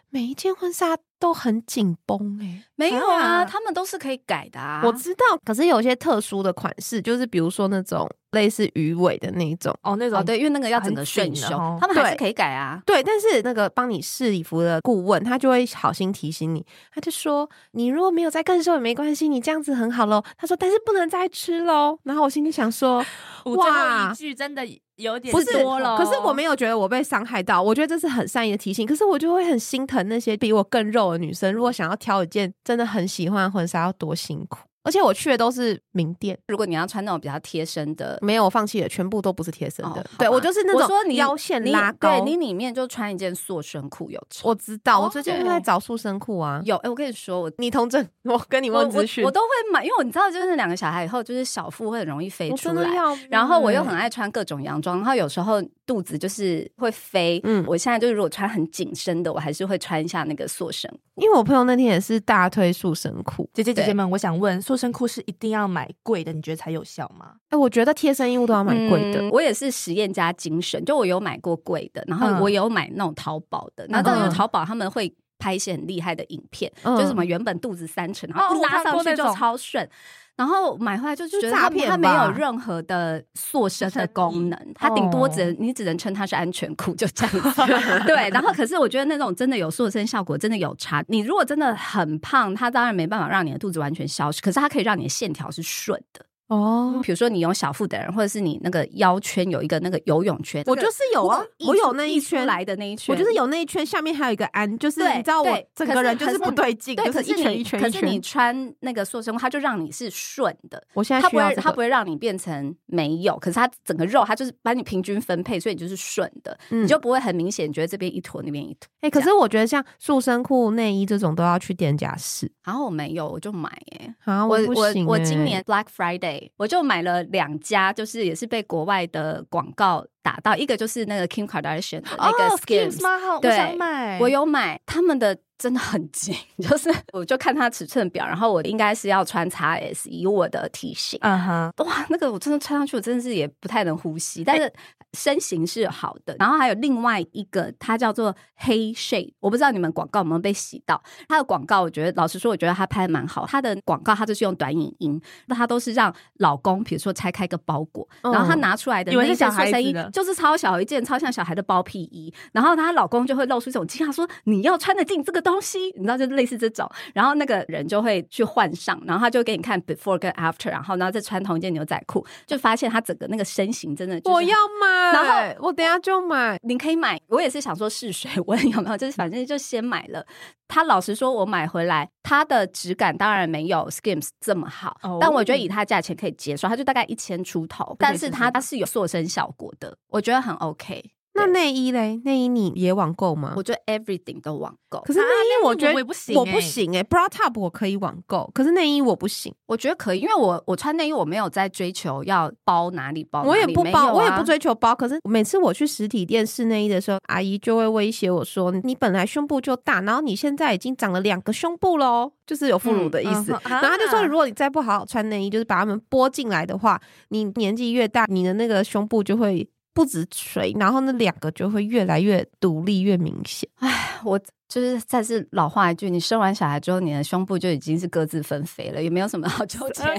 B: 每一件婚纱都很紧绷哎、
A: 没有啊，
C: 啊
A: 他们都是可以改的啊。
B: 我知道，可是有些特殊的款式，就是比如说那种类似鱼尾的那一种，
C: 哦那种
A: 哦，对，因为那个要整个
C: 很
A: 顺
C: 紧
A: 胸
C: 的哦，
A: 他们还是
B: 对
A: 可以改啊。
B: 对。但是那个帮你试礼服的顾问，他就会好心提醒你，他就说你如果没有再更瘦也没关系，你这样子很好喽。他说，但是不能再吃喽。然后我心里 想说，
C: 我最后
B: 哇
C: 一句真的有点
B: 不是
C: 多了，
B: 可是我没有觉得我被伤害到，我觉得这是很善意的提醒。可是我就会很心疼那些比我更肉的女生，如果想要挑一件真的很喜欢的婚纱，要多辛苦。而且我去的都是名店，
A: 如果你要穿那种比较贴身的，
B: 没有，我放弃了，全部都不是贴身
A: 哦
B: 的。
A: 好吧
B: 对我就是那种
A: 我说你
B: 腰线
A: 你
B: 拉高。
A: 对你里面就穿一件塑身裤有差。
B: 我知道，
C: 哦
B: 我最近就在找塑身裤啊。
A: 有哎、我跟你说，我
B: 你同证，我跟你
A: 我
B: 问
A: 我
B: 资讯，
A: 我都会买，因为你知道，就是两个小孩以后，就是小腹会很容易飞
B: 我
A: 出
B: 真的
A: 来。
B: 要买，
A: 然后我又很爱穿各种洋装，然后有时候肚子就是会飞。嗯
B: 嗯，
A: 我现在就是如果穿很紧身的，我还是会穿一下那个塑身。
B: 因为我朋友那天也是大推塑身裤。
C: 姐姐姐
A: 对
C: 姐们，我想问，塑身裤是一定要买贵的，你觉得才有效吗？
B: 哎，我觉得贴身衣物都要买贵的。
A: 嗯我也是实验家精神，就我有买过贵的，然后
C: 嗯
A: 我有买那种淘宝的，然后但
B: 嗯
A: 是淘宝他们会。拍一些很厉害的影片，
B: 嗯
A: 就是什么原本肚子三成，然后
C: 哦
A: 一
C: 我
A: 拉
C: 看
A: 上
C: 过
A: 去
C: 那
A: 就
C: 种
A: 超顺，然后买回来就觉得
B: 就诈
A: 它
B: 骗
A: 它没有
B: 吧
A: 任何的塑身的
C: 身
A: 功
C: 衣
A: 能，它顶多
C: 哦
A: 只能、你只能称它是安全裤，就这样 子。对，然后可是我觉得那种真的有塑身效果，真的有差。你如果真的很胖，它当然没办法让你的肚子完全消失，可是它可以让你的线条是顺的。
B: 哦，
A: 比如说你有小腹的人，或者是你那个腰圈有一个那个游泳圈，
B: 我就是有啊，我有那一
A: 溢出
B: 圈
A: 来的那一圈，
B: 我就是有那一圈，下面还有一个安，就是
A: 对
B: 你知道我
A: 对
B: 整
A: 可
B: 个
A: 是
B: 人就
A: 可
B: 是
A: 是
B: 不
A: 你
B: 对劲，
A: 对，
B: 就
A: 可
B: 一
A: 是
B: 圈一
A: 你
B: 圈
A: 可
B: 一
A: 是你
B: 圈。
A: 穿那个塑身裤，它就让你是顺的，
B: 我现在
A: 它
B: 需
A: 不
B: 要
A: 会
B: 这
A: 它
B: 个
A: 不，会让你变成没有，可是它整个肉它就是把你平均分配，所以你就是顺的，
B: 嗯
A: 你就不会很明显觉得这边一坨那边一坨。
B: 哎，可是我觉得像塑身裤、内衣这种都要去店家试
A: 然后我没有，我就买耶、
B: 啊，
A: 我
B: 不
A: 我
B: 行
A: 我
B: 欸
A: 今年 Black Friday 我就买了两家，就是也是被国外的广告打到，一个就是那个 Kim Kardashian 的那个
C: 哦
A: Skims，、
C: 吗？好，我
A: 对
C: 想买，
A: 我有买他们的。真的很紧， 就是我就看它尺寸表，然后我应该是要穿 XS，以我的体型，
C: 嗯哼，
A: 哇，那个我真的穿上去，我真的是也不太能呼吸，
C: 哎
A: 但是身形是好的。然后还有另外一个，它叫做黑 shade，我不知道你们广告有没有被洗到。它的广告，我觉得老实说，我觉得它拍的蛮好。它的广告，它就是用短影音，那它都是让老公，比如说拆开一个包裹，
B: 嗯
A: 然后他拿出来的
C: 以为
A: 那
C: 是
A: 一件
C: 小
A: 塑
C: 孩子
A: 身衣
C: 的
A: 就是超小一件，超像小孩的包屁衣。然后她老公就会露出一种惊讶，说：“你要穿得进这个东西？”你知道，就类似这种。然后那个人就会去换上，然后他就给你看 before 跟 after，然后然后再穿同一件牛仔裤，就发现他整个那个身形真的、就是、
B: 我要买，
A: 然
B: 后我等一下就买。
A: 你可以买，我也是想说试水温有没有，就是反正就先买了。它老实说，我买回来它的质感当然没有 Skims 这么好，
C: 哦
A: 但我觉得以它价钱可以接受，它就大概一千出头，但是它它是有塑身效果的，我觉得很 OK。
B: 那内衣嘞？内衣你也网购吗
A: 我？觉得 everything 都网购，
B: 嗯可是内衣
C: 那
B: 我觉
C: 我
B: 得
C: 也不行
B: 我
C: 欸
B: 不行哎，bra top 我可以网购，可是内衣我不行，
A: 我觉得可以，因为我我穿内衣我没有在追求要包哪里包哪里，
B: 我也不
A: 没有
B: 包，
A: 啊
B: 我也不。追求包。可是每次我去实体店试内衣的时候，阿姨就会威胁我说：“你本来胸部就大，然后你现在已经长了两个胸部喽，就是有副乳的意思。
C: 嗯嗯
B: 然后她就说：“
C: 啊
B: 如果你再不好好穿内衣，就是把它们拨进来的话，你年纪越大，你的那个胸部就会不止垂，然后那两个就会越来越独立，越明显。
A: 我就是再次老话一句，你生完小孩之后，你的胸部就已经是各自纷飞了，也没有什么好纠结。
C: 没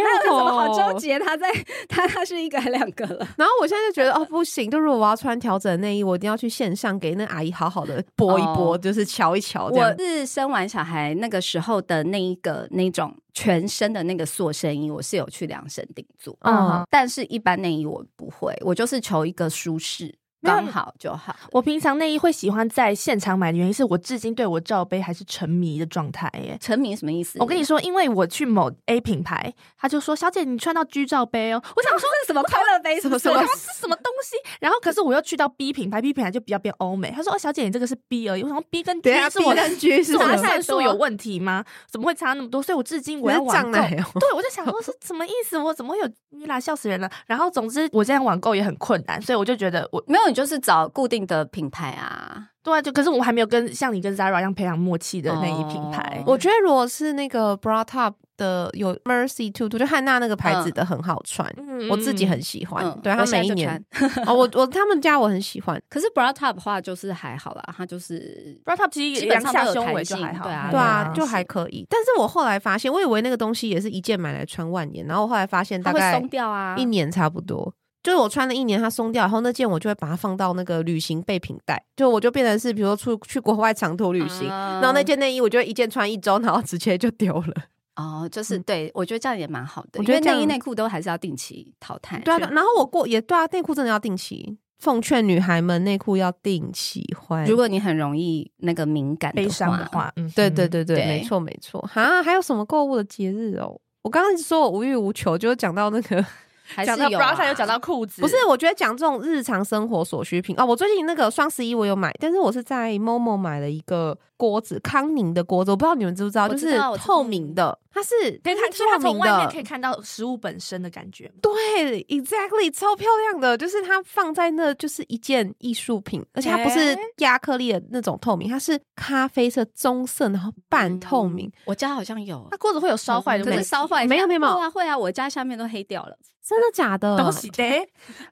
C: 有
A: 那有什么好
C: 哦
A: 纠结？他在他他是一个还两个了，
B: 然后我现在就觉得哦不行，就如果我要穿调整的内衣，我一定要去线上给那阿姨好好的拨一拨，
A: 哦
B: 就是瞧一瞧这样
A: 我。是生完小孩那个时候的那一个那种全身的那个塑身衣，我是有去量身定做，
B: 嗯
A: 嗯，但是一般内衣我不会，我就是求一个舒适，
C: 没有
A: 刚好就好。
C: 我平常内衣会喜欢在现场买的原因是我至今对我罩杯还是沉迷的状态耶。
A: 沉迷什么意思？
C: 我 跟你说，因为我去某 A 品牌，他就说：“小姐，你穿到 G 罩杯哦。”我想说，
A: 是什么快乐杯？
B: 什
A: 什
B: 么
A: 么
B: 什
A: 什
B: 么
A: 么
C: 我刚？刚是什么东西？然后可是我又去到 B 品牌，B 品牌就比较偏欧美。他说：“哦，小姐，你这个是 B 而已。”我想说 B 跟 G
B: 等一下，
C: 是我
B: B 跟 G 是
C: 是我
B: 什
C: 的
B: 么
C: 参数有问题吗？怎么会差那么多？所以我至今我
B: 我
C: 要
B: 是
C: 网
B: 胀
C: 购。
B: 奶哦。
C: 对，我就想说是什么意思？我怎么会有啦？笑死人了！然后总之，我现在网购也很困难，所以我就觉得我
A: 没有，你就是找固定的品牌啊。
C: 对啊，就可是我还没有跟像你跟 Zara 一样培养默契的内衣品牌。
A: 哦
B: 我觉得如果是那个 bra top 的有 Mercy Two，就汉娜那个牌子的很好穿，
C: 嗯
B: 我自己很喜欢。
A: 嗯，
B: 对，它
A: 我现在
B: 每一
A: 就
B: 年
A: 穿
B: 哦，我我他们家我很喜欢。
A: 可是 bra top 的话，就是还好啦，它就是
C: b r a t o p 其实
A: 基
C: 量
A: 本上
C: 下
A: 都有
C: 胸
A: 弹
C: 围就还
A: 性
C: 好，
A: 对啊
B: 对啊，
A: 嗯
B: 就还可以。但是我后来发现，我以为那个东西也是一件买来穿万年，然后我后来发现大
A: 它会
B: 概
A: 松掉啊。
B: 一年差不多。就是我穿了一年，它松掉，然后那件我就会把它放到那个旅行备品袋，就我就变成是，比如说出去国外长途旅行，
A: 啊
B: 然后那件内衣我就会一件穿一周，然后直接就丢 了。
A: 哦，就是对我觉得这样也蛮好的，
B: 嗯我
A: 因
B: 觉得
A: 为
B: 这样
A: 内衣内裤都还是要定期淘汰。
B: 对啊，对啊然后我过也对啊，内裤真的要定期，奉劝女孩们内裤要定期换。
A: 如果你很容易那个敏感
C: 悲伤的
A: 话，
C: 话，嗯，
B: 对对对对，
A: 对
B: 没错没错。哈，还有什么购物的节日哦？我刚刚一直说我无欲无求，就是讲到那个，
A: 还
C: 讲
A: 是
C: 到
A: 有、啊
C: bra。t 又讲到裤子，
B: 不是，我觉得讲这种日常生活所需品哦。我最近那个双十一我有买，但是我是在 Momo 买了一个锅子，康宁的锅子，我不知道你们知不知道，
A: 我
B: 就
A: 知
B: 是
A: 道我知道
B: 透明的，它是
C: 对，它
B: 它
C: 就是是它
B: 透
C: 从
B: 明
C: 外面
B: 的
C: 可以，看到食物本身的感觉嘛。
B: 对，exactly，超漂亮的，就是它放在那就是一件艺术品，而且它不是
C: 诶
B: 亚克力的那种透明，它是咖啡色、棕色，然后半透
A: 嗯
B: 明。
C: 嗯
A: 我家好像有
C: 那，锅子会有烧坏哦
A: 可
C: 的味
A: 是
C: 道，
A: 烧坏一下
B: 没有没有没有
A: 会啊会啊，我家下面都黑掉了。
B: 真的假的？
C: 东 西的，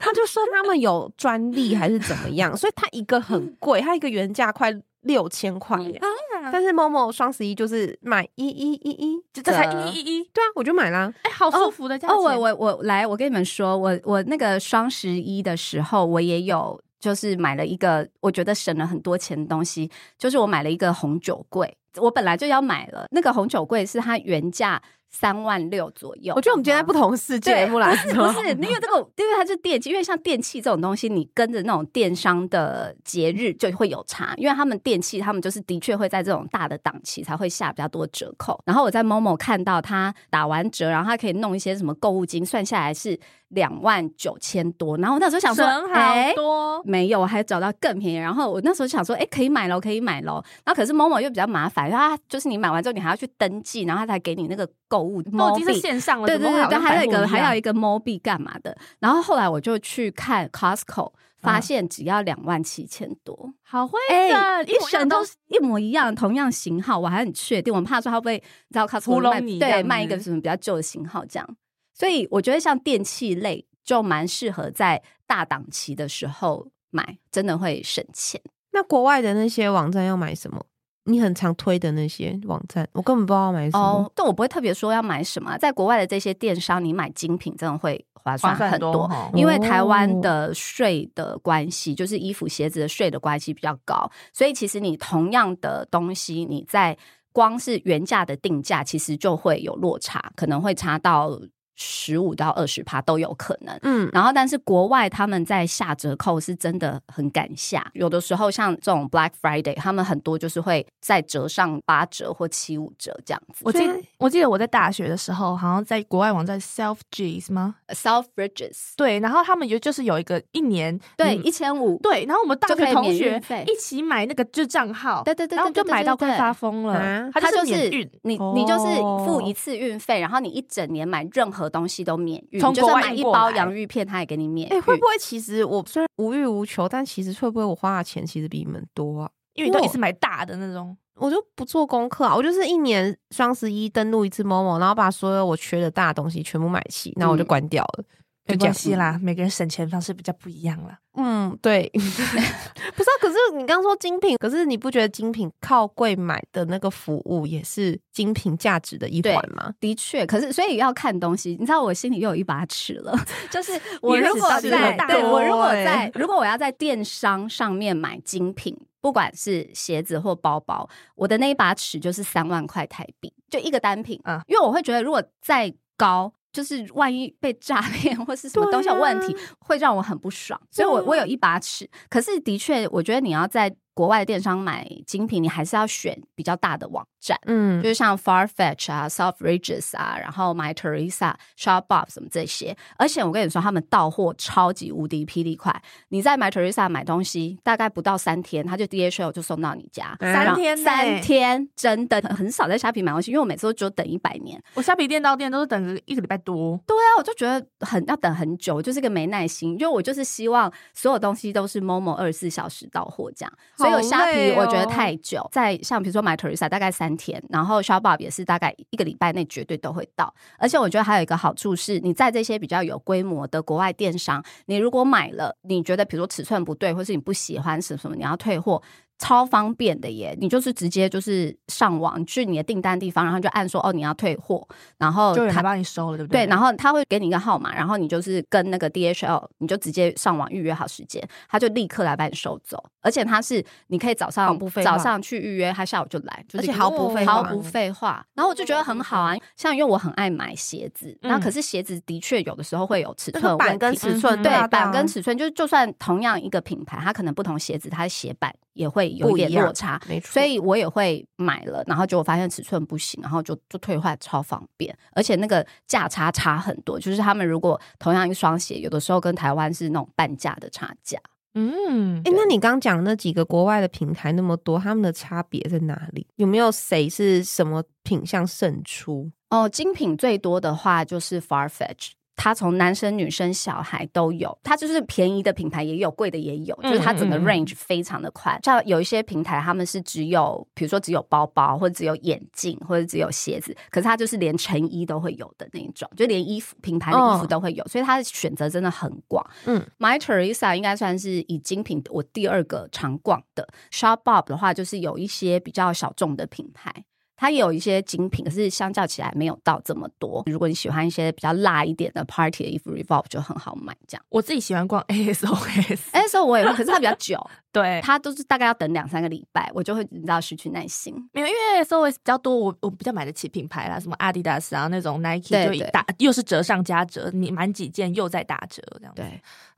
B: 他就说他们有专利还是怎么 样，所以它一个很贵，它一个原价快六千块耶。
A: 啊
B: 但是某某双十一就是买一一一一，
C: 这这才
A: 折
C: 一一一，
B: 对啊，我就买啦。
C: 哎，好舒服的价钱。
A: 哦，我我我来，我跟你们说，我我那个双十一的时候，我也有就是买了一个，我觉得省了很多钱的东西，就是我买了一个红酒柜。我本来就要买了，那个红酒柜是它原价三万六左右。
B: 我觉得我们今天在不同世界，
A: 对，
B: 木兰
A: 不是
B: 说
A: 不是，因为这个，因为它是电器，因为像电器这种东西，你跟着那种电商的节日就会有差，因为他们电器他们就是的确会在这种大的档期才会下比较多折扣。然后我在某某看到他打完折，然后他可以弄一些什么购物金，算下来是两万九千多。然后我那时候想说，
C: 省
A: 哎
C: 好多，
A: 没有，我还找到更便宜。然后我那时候就想说，哎、可以买喽，可以买喽。然后可是某某又比较麻烦，因为它就是你买完之后，你还要去登记，然后他才给你那个购物
C: 都已经
A: Mobi
C: 是线上了，
A: 对对对，
C: 对，
A: 但还有一个还有一
C: 一
A: 个 Mobi 干嘛的？然后后来我就去看 Costco，发现只要两万七千多，
C: 好会
A: 哎
C: 的，
A: 一省都
C: 都
A: 是一模一样，同样型号，我还很确定，我怕说他会知道 Costco
C: 糊弄
A: 卖
C: 你这
A: 对
C: 样
A: 卖一个
C: 子
A: 什么比较旧的型号这样，所以我觉得像电器类就蛮适合在大档期的时候买，真的会省钱。
B: 那国外的那些网站要买什么？你很常推的那些网站，我根本不知道要买什么。
A: 哦，但我不会特别说要买什么啊，在国外的这些电商，你买精品真的会划算
C: 划
A: 很
C: 算
A: 多。
C: 哦
A: 因为台湾
B: 哦
A: 的税的关系，就是衣服、鞋子的税的关系比较高，所以其实你同样的东西，你在光是原价的定价，其实就会有落差，可能会差到十五到二十趴都有可能。
B: 嗯，
A: 然后，但是国外他们在下折扣是真的很敢下，有的时候像这种 Black Friday，他们很多就是会再折上八折或七五折这样子。
C: 我记
B: 所以
C: 我记得我在大学的时候，好像在国外网站 Self G's 吗？
A: Self Bridges
C: 对，然后他们有就是有一个一年
A: 对
C: 嗯
A: 一千五，
C: 对，然后我们大
A: 就可以
C: 学同
A: 免运
C: 学
A: 费
C: 一起买那个就账号，
A: 对对对，
C: 然后我们
A: 对
C: 就
A: 对
C: 买
A: 对
C: 到
A: 对
C: 快
A: 对
C: 发疯
B: 啊
C: 了，
A: 它
C: 就
A: 就是是
C: 免运，
A: 你
B: 哦
A: 你就是付一次运费，然后你一整年买任何东西都免运，
C: 从
A: 你就是
C: 国外
A: 买
C: 运
A: 一
C: 过
A: 包
C: 来
A: 洋芋片，它也给你免
B: 哎、
A: 运。
B: 会不会其实我虽然无欲无求，但其实会不会我花的钱其实比你们多啊？
C: 因为你都一次买大的那种，
B: 我就不做功课啊，我就是一年双十一登录一次某某，然后把所有我缺的大东西全部买齐，然后我就
A: 嗯
B: 关掉了。
C: 没
B: 就这
C: 关
B: 样
C: 系啦，每个人省钱方式比较不一样啦。
B: 嗯，对，不是、啊。可是你刚说精品，可是你不觉得精品靠贵买的那个服务也是精品价值的一
A: 对
B: 环吗？
A: 的确，可是所以要看东西，你知道我心里又有一把尺了， 就是我
C: 你
A: 如
C: 尺
A: 果
C: 到底有
A: 在
C: 多哎
A: 对我如果
B: 欸
A: 在如果我要在电商上面买精品，不管是鞋子或包包，我的那一把尺就是三万块台币，就一个单品
C: 啊
A: 啊，因为我会觉得如果再高。就是万一被诈骗或是什么
B: 对
A: 东西有问题，
B: 啊
A: 会让我很不爽，所以我
B: 对啊
A: 我有一把尺。可是的确，我觉得你要在国外的电商买精品，你还是要选比较大的网站。
B: 嗯
A: 就，是像 Farfetch 啊、Self Ridges 啊，然后 My Teresa、Shopbop 什么这些。而且我跟你说，他们到货超级无敌霹雳快！你在 My Teresa 买东西，大概不到三天，他就 DHL 就送到你家。
B: 嗯
A: 然后
C: 啊三天呢
A: 三天，真的很很少在虾皮买东西，因为我每次都只有等一百年。
C: 我虾皮店到店都是等个一个礼拜多，
A: 对啊，我就觉得很要等很久，我就是个没耐心，因为我就是希望所有东西都是 Momo 二十四小时到货这样，所以有虾
B: 好
A: 皮
B: 累哦
A: 我觉得太久，在像比如说买 Teresa 大概三天，然后 s h o p b o b 也是大概一个礼拜内绝对都会到，而且我觉得还有一个好处是，你在这些比较有规模的国外电商，你如果买了，你觉得比如说尺寸不对，或是你不喜欢什么什么，你要退货。超方便的耶！你就是直接就是上网去你的订单地方，然后就按说哦你要退货，然后
C: 就有
A: 哦
C: 人
A: 他
C: 来帮你收了，对不
A: 对，
C: 对，
A: 然后他会给你一个号码，然后你就是跟那个 DHL，你就直接上网预约好时间，他就立刻来把你收走。而且他是你可以早上
B: 毫不废话
A: 早上去预约，他下午就来，就是哦
B: 而且毫不废话
A: 毫
B: 嗯
A: 不废话。然后我就觉得很好啊，像因为我很爱买鞋子，
C: 嗯
A: 那可是鞋子的确有的时候会有尺
B: 那
A: 寸
B: 个
A: 问题，
B: 版跟尺寸
C: 嗯
A: 对
B: 啊啊
A: 版跟尺寸，就是就算同样一个品牌，它可能不同鞋子，它的鞋版也会有
B: 不一
A: 一
B: 样
A: 点落差。
B: 没错，
A: 所以我也会买了，然后结果发现尺寸不行，然后就就退换，超方便，而且那个价差差很多。就是他们如果同样一双鞋，有的时候跟台湾是那种半价的差价。
C: 嗯
B: 哎、，那你刚讲那几个国外的平台那么多，他们的差别在哪里？有没有谁是什么品相胜出？
A: 哦，精品最多的话就是 Farfetch。它从男生、女生、小孩都有，它就是便宜的品牌也有，贵的也有，就是它整个
B: 嗯嗯嗯
A: range 非常的宽。像有一些平台，他们是只有，比如说只有包包，或者只有眼镜，或者只有鞋子，可是它就是连成衣都会有的那一种，就连衣服品牌的衣服
B: 哦
A: 都会有，所以它的选择真的很广。
B: 嗯
A: ，My Teresa 应该算是以精品我第二个常逛的，Shop Bob 的话就是有一些比较小众的品牌，它也有一些精品，可是相较起来没有到这么多。如果你喜欢一些比较辣一点的 party 的衣服，Revolve 就很好买。这样
C: 我自己喜欢逛 ASOS，
A: 那时候我也会，可是它比较久，
C: 对，
A: 它都是大概要等两三个礼拜，我就会你知道失去耐心。
C: 没有，因为 ASOS 比较多，我我比较买得起品牌啦，什么阿迪达斯啊那种 Nike
A: 对
C: 就一
A: 对
C: 打又是折上加折，你满几件又再打折这样子。
A: 对，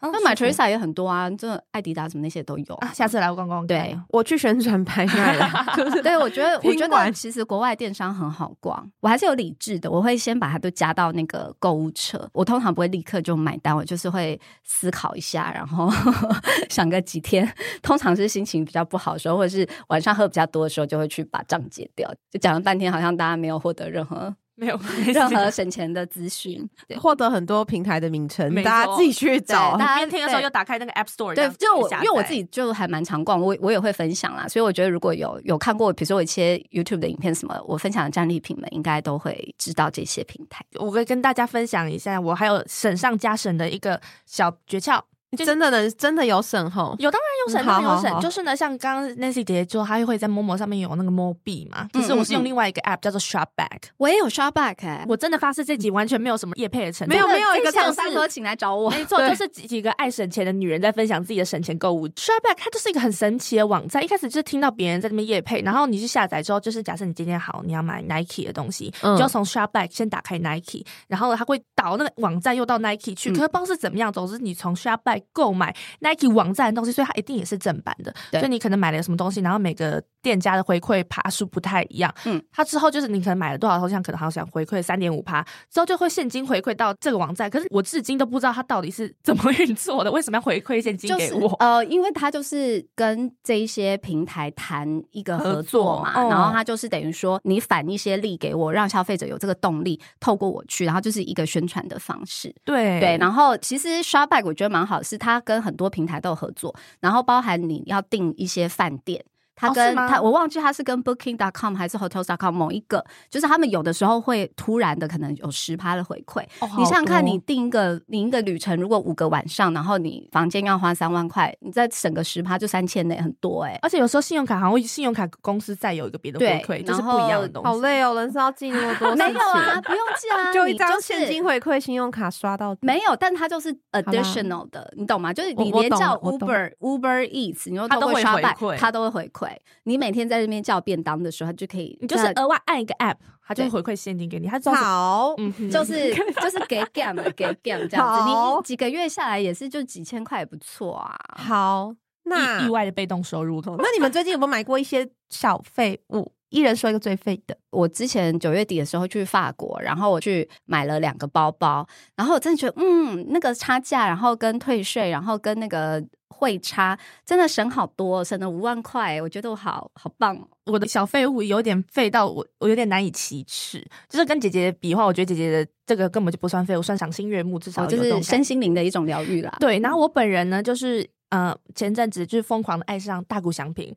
C: 啊，
A: 那买
C: 舒服
A: Teresa 也很多啊，这爱迪达什么那些都有
C: 啊，下 次来我逛逛看
A: 对
C: 啊。
B: 我去旋转拍 卖了，就是
A: 对，我觉得我
B: 拼
A: 觉得
B: 完
A: 其实国外电商很好逛，我还是有理智的，我会先把它都加到那个购物车。我通常不会立刻就买单，我就是会思考一下，然后 想个几天。通常是心情比较不好的时候，或者是晚上喝比较多的时候，就会去把账结掉。就讲了半天，好像大家没有获得任何
C: 没有关系
A: 任何 省钱的资讯。对
B: 获得很多平台的名称，
C: 没错
B: 大家自己去找
A: 对大。家
C: 明天听的时候
A: 对
C: 又打开那个 App Store，
A: 对，就我因为我自
C: 己。
A: 己就还蛮常逛，我我也会分享啦，所以我觉得如果有有看过，比如说我一些 YouTube 的影片什么，我分享的战利品们应该都会知道这些平台。
C: 我会跟大家分享一下，我还有省上加省的一个小诀窍。就
B: 真的能真的有省后，
C: 有当然有省，
B: 嗯
C: 当然
B: 好
C: 有
B: 好
C: 省。
B: 好
C: 就是呢，像刚刚 Nancy 姐姐说，她会在 Momo 上面有那个 Mo 币嘛，可是我是用另外一个 App 叫做 Shopback。
A: 我也有 Shopback 哎、
C: 我真的发誓这集完全没有什么业配的成分，
B: 没有没有一个
A: 这
B: 尝
A: 想
B: 试
A: 大哥请来找我。
C: 没错，
B: 对
C: 就是几几个爱省钱的女人在分享自己的省钱购物。Shopback 它就是一个很神奇的网站，一开始就是听到别人在那边夜配，然后你去下载之后，就是假设你今天好你要买 Nike 的东西，
B: 嗯
C: 你就从 Shopback 先打开 Nike，然后它会导那个网站又到 Nike 去，
A: 嗯
C: 可是不知道是怎么样，总之你从 Shopback 购买 Nike 网站的东西，所以它一定也是正版的。
A: 对
C: 所以你可能买了什么东西，然后每个店家的回馈爬数不太一样，
A: 嗯
C: 嗯，它之后就是你可能买了多少头像，可能好想回馈三点五趴，之后就会现金回馈到这个网站，可是我至今都不知道它到底是怎么 运作的，为什么要回馈现金
A: 就
C: 给
A: 是
C: 我？
A: 呃，因为他就是跟这一些平台谈一个合作嗯嘛，
C: 合作哦
A: 然后他就是等于说你返一些利给我，让消费者有这个动力透过我去，然后就是一个宣传的方式。
C: 对
A: 对，然后其实 Shopback 我觉得蛮好，是它跟很多平台都有合作，然后包含你要订一些饭店。它
C: 哦
A: 跟
C: 是吗
A: 它，我忘记它是跟 Booking.com 还是 Hotels.com 某一个，就是他们有的时候会突然的可能有十趴的回馈。
C: 哦好
A: 你想想看，
C: 多
A: 你订一个你一个旅程，如果五个晚上，然后你房间要花三万块，你再省个十趴就三千呢，很多哎、
C: 而且有时候信用卡好像会信用卡公司再有一个别的回
A: 对
C: 馈，这是
A: 然
C: 不
A: 后
C: 一样的东西。
B: 好累哦，人生要记那么多事
A: 没
B: 情，
A: 有啊，不用记 啊，
B: 就
A: 你
B: 一张
A: 是
B: 现金回馈信用卡刷到底
A: 没有，但它就是
B: 吧
A: additional 的，你懂吗？就是
B: 我
A: 你
B: 我
A: 连
B: 懂
A: 叫
B: 了我懂
A: Uber、Uber Eats，你又
C: 它都
A: 通过
C: 会
A: Shopback，
C: 回馈
A: 它都会回馈。你每天在那边叫便当的时候，它就可以，
C: 你就是呃
A: 那
C: 额外按一个 App，它就会回馈现金给你，它知道是
B: 好，
C: 嗯哼，
A: 就是 就是给 gam 给 gam 这样子，
B: 好
A: 你几个月下来也是就几千块，也不错啊。
B: 好，那
C: 意意外的被动收入。
B: 那你们最近有没有买过一些小废物？一人说一个最废的，
A: 我之前九月底的时候去法国，然后我去买了两个包包，然后我真的觉得，嗯，那个差价，然后跟退税，然后跟那个汇差，真的省好多，省了五万块，我觉得我好好棒哦。
C: 我的小废物有点废到我，我有点难以启齿。就是跟姐姐比的话，我觉得姐姐的这个根本就不算废物，算赏心悦目，至少
A: 哦，
C: 有
A: 就
C: 这
A: 是
C: 种感
A: 身心灵的一种疗愈啦。
C: 对，
B: 嗯
C: 然后我本人呢，就是呃，前阵子就是疯狂的爱上大谷翔平，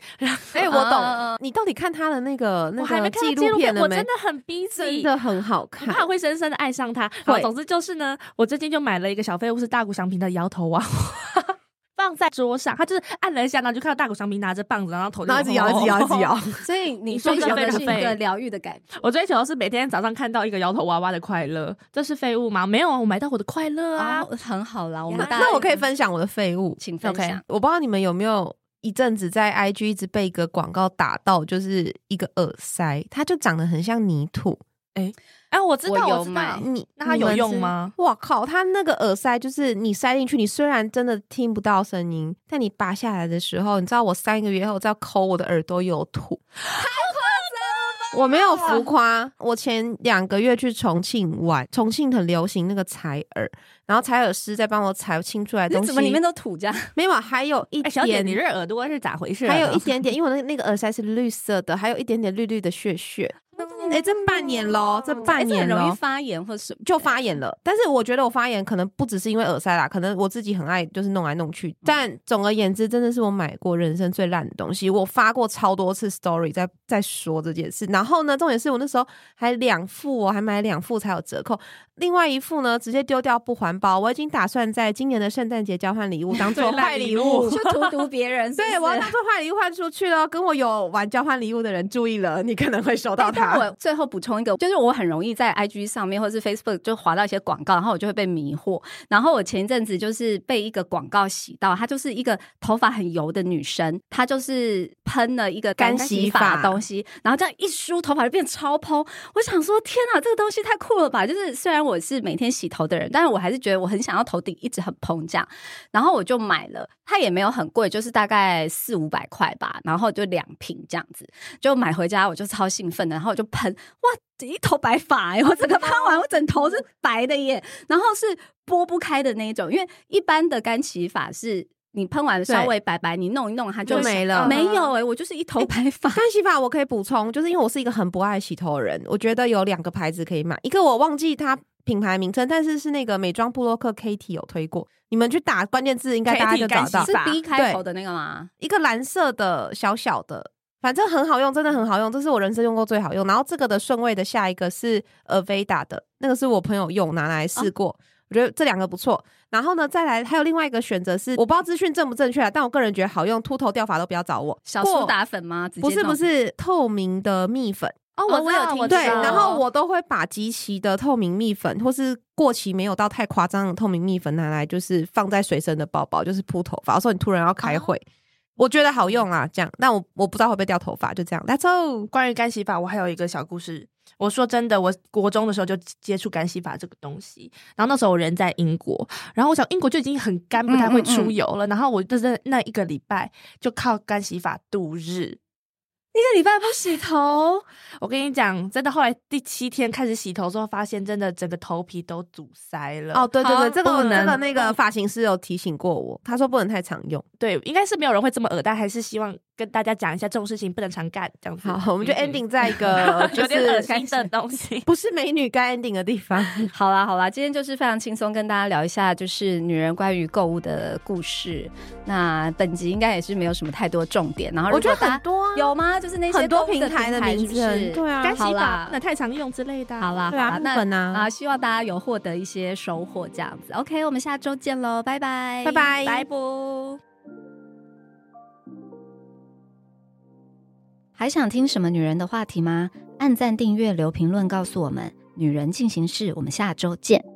B: 哎、我懂、你到底看他的那个那
C: 我还没
B: 个
C: 看到纪
B: 录
C: 录
B: 片
C: 我
B: 了没？
C: 真的很逼自
B: 真的很好
C: 我
B: 看，
C: 怕我会深深的爱上他。好，
B: 会
C: 总之就是呢，我最近就买了一个小废物，是大谷翔平的摇头娃娃， 放在桌上。他就是按了一下，然后就看到大谷翔平拿着棒子，然后头就
B: 然后一直摇，一直摇，一直。摇。
A: 所以你
C: 你
A: 追
C: 说
A: 求
C: 这
A: 的
C: 个
A: 是一
C: 费
A: 个疗愈的感觉。
C: 我追求的是每天早上看到一个摇头娃娃的快乐，这是废物吗？没有啊，我买到我的快乐啊。
B: 哦
A: 啊，很好啦，我们
B: 那
A: 大家
B: 那我可以分享我的废物，
A: 请分
C: OK
A: 享。
B: 我不知道你们有没有一阵子在 IG 一直被一个广告打到，就是一个耳塞，它就长得很像泥土。
C: 哎，我知道，
A: 我有
C: 我知
A: 买
C: 道。
B: 你
C: 那它有用吗？
B: 我靠，它那个耳塞就是你塞进去，你虽然真的听不到声音，但你拔下来的时候，你知道我三个月后再抠我的耳朵有土，我没有浮夸，我前两个月去重庆玩，重庆很流行那个采耳，然后采耳师在帮我采清出来
A: 你
B: 的东西，
A: 怎么里面都土这样？
B: 没有，还有一
C: 哎，小姐，
B: 点
C: 你这耳朵是咋回事啊？
B: 还有一点点，因为我那那个耳塞是绿色的，还有一点点绿绿的屑屑。哎、这半年喽，这
A: 哎，
B: 半
A: 这
B: 年
A: 很容易
B: 喽。
A: 发炎或什么，
B: 就发炎了，但是我觉得我发炎可能不只是因为耳塞啦，可能我自己很爱就是弄来弄去。但总而言之，真的是我买过人生最烂的东西。我发过超多次 story 在在说这件事，然后呢，重点是我那时候还两副哦，还买两副才有折扣，另外一副呢直接丢掉不环保。我已经打算在今年的圣诞节交换礼物，当做
C: 最烂
B: 坏礼
C: 礼
B: 物
C: 物。
A: 就荼毒别人。是不
B: 对，
A: 是
B: 我要当做坏礼物换出去了。跟我有玩交换礼物的人注意了，你可能会收到
A: 哎但
B: 它。
A: 我最后补充一个，就是我很容易在 IG 上面或是 Facebook 就滑到一些广告，然后我就会被迷惑。然后我前一阵子就是被一个广告洗到，她就是一个头发很油的女生，她就是喷了一个
B: 干洗
A: 洗
B: 法
A: 的东西，然后这样一梳头发就变超蓬。我想说，天啊，这个东西太酷了吧！就是虽然我是每天洗头的人，但是我还是觉得我很想要头顶一直很蓬这样。然后我就买了，它也没有很贵，就是大概四五百块吧，然后就两瓶这样子，就买回家我就超兴奋的，然后我就喷，哇，一头白发哎、我整个喷完我整头是白的耶，然后是拨不开的那一种，因为一般的干洗法是。你喷完稍微白白，你弄一弄它就
B: 就没了
A: 没有哎、我就是一头白发。
B: 干洗发我可以补充，就是因为我是一个很不爱洗头的人，我觉得有两个牌子可以买，一个我忘记它品牌名称，但是是那个美妆布洛克 Kitty 有推过，你们去打关键字应该大家就
C: Katy 干
B: 找
C: 洗
B: 到
A: 是
C: 发
A: B 开头的那个吗？
B: 一个蓝色的小小的。反正很好用，真的很好用，这是我人生用过最好用。然后这个的顺位的下一个是 Aveda 的，那个是我朋友用拿来
A: 哦
B: 试过，我觉得这两个不错。然后呢，再来还有另外一个选择是，我不知道资讯正不正确啊，但我个人觉得好用，秃头掉发都不要找我。
A: 小
B: 过
A: 苏打粉吗？直接
B: 不是
A: 弄
B: 不是透明的蜜粉，
A: 哦，
C: 我
A: 我
C: 知
A: 有
C: 道
A: 听
C: 我
B: 对，
C: 知道
B: 然后我都会把集齐的透明蜜粉，或是过期没有到太夸张的透明蜜粉拿来，就是放在随身的包包，就是铺头发。我说你突然要开会，我觉得好用啊，这样。但我我不知道会不会掉头发，就这样。That's all。
C: 关于干洗法，我还有一个小故事。我说真的，我国中的时候就接触干洗法这个东西，然后那时候我人在英国，然后我想英国就已经很干，
B: 嗯
C: 不太会出油了，然后我就在那一个礼拜就靠干洗法度日。
A: 一个礼拜不洗头，
C: 我跟你讲，真的，后来第七天开始洗头之后，发现真的整个头皮都阻塞了。啊
B: 哦，，对对对，
A: 好
B: 这个
C: 不
B: 这个
C: 能
B: 那个发型师有提醒过我，他说不能太常用。
C: 对，应该是没有人会这么恶，但还是希望跟大家讲一下这种事情不能常干，这样子。
B: 好， 我们就
C: 嗯
B: ending 在一个就
C: 有点恶
B: 是
C: 心的东西。
B: 不是美女该 ending 的地方。
A: 好啦好啦，今天就是非常轻松跟大家聊一下，就是女人关于购物的故事。那本集应该也是没有什么太多重点，然后
B: 我觉得
A: 如果大
B: 很
A: 家
B: 多啊
A: 有吗？就是那些
B: 很多
A: 购物
B: 平台的
A: 平
B: 名
A: 是不是
B: 称对啊
C: 干洗
A: 好
C: 法
A: 啦
C: 不能太常用之类的啊。
A: 好啦，
B: 对
A: 好啦，
B: 啊部分啊
A: 啊，希望大家有获得一些收获，这样子。OK，我们下周见喽，拜拜，
B: 拜拜
A: 拜不。还想听什么女人的话题吗？按赞、订阅、留评论，告诉我们。女人进行式，我们下周见。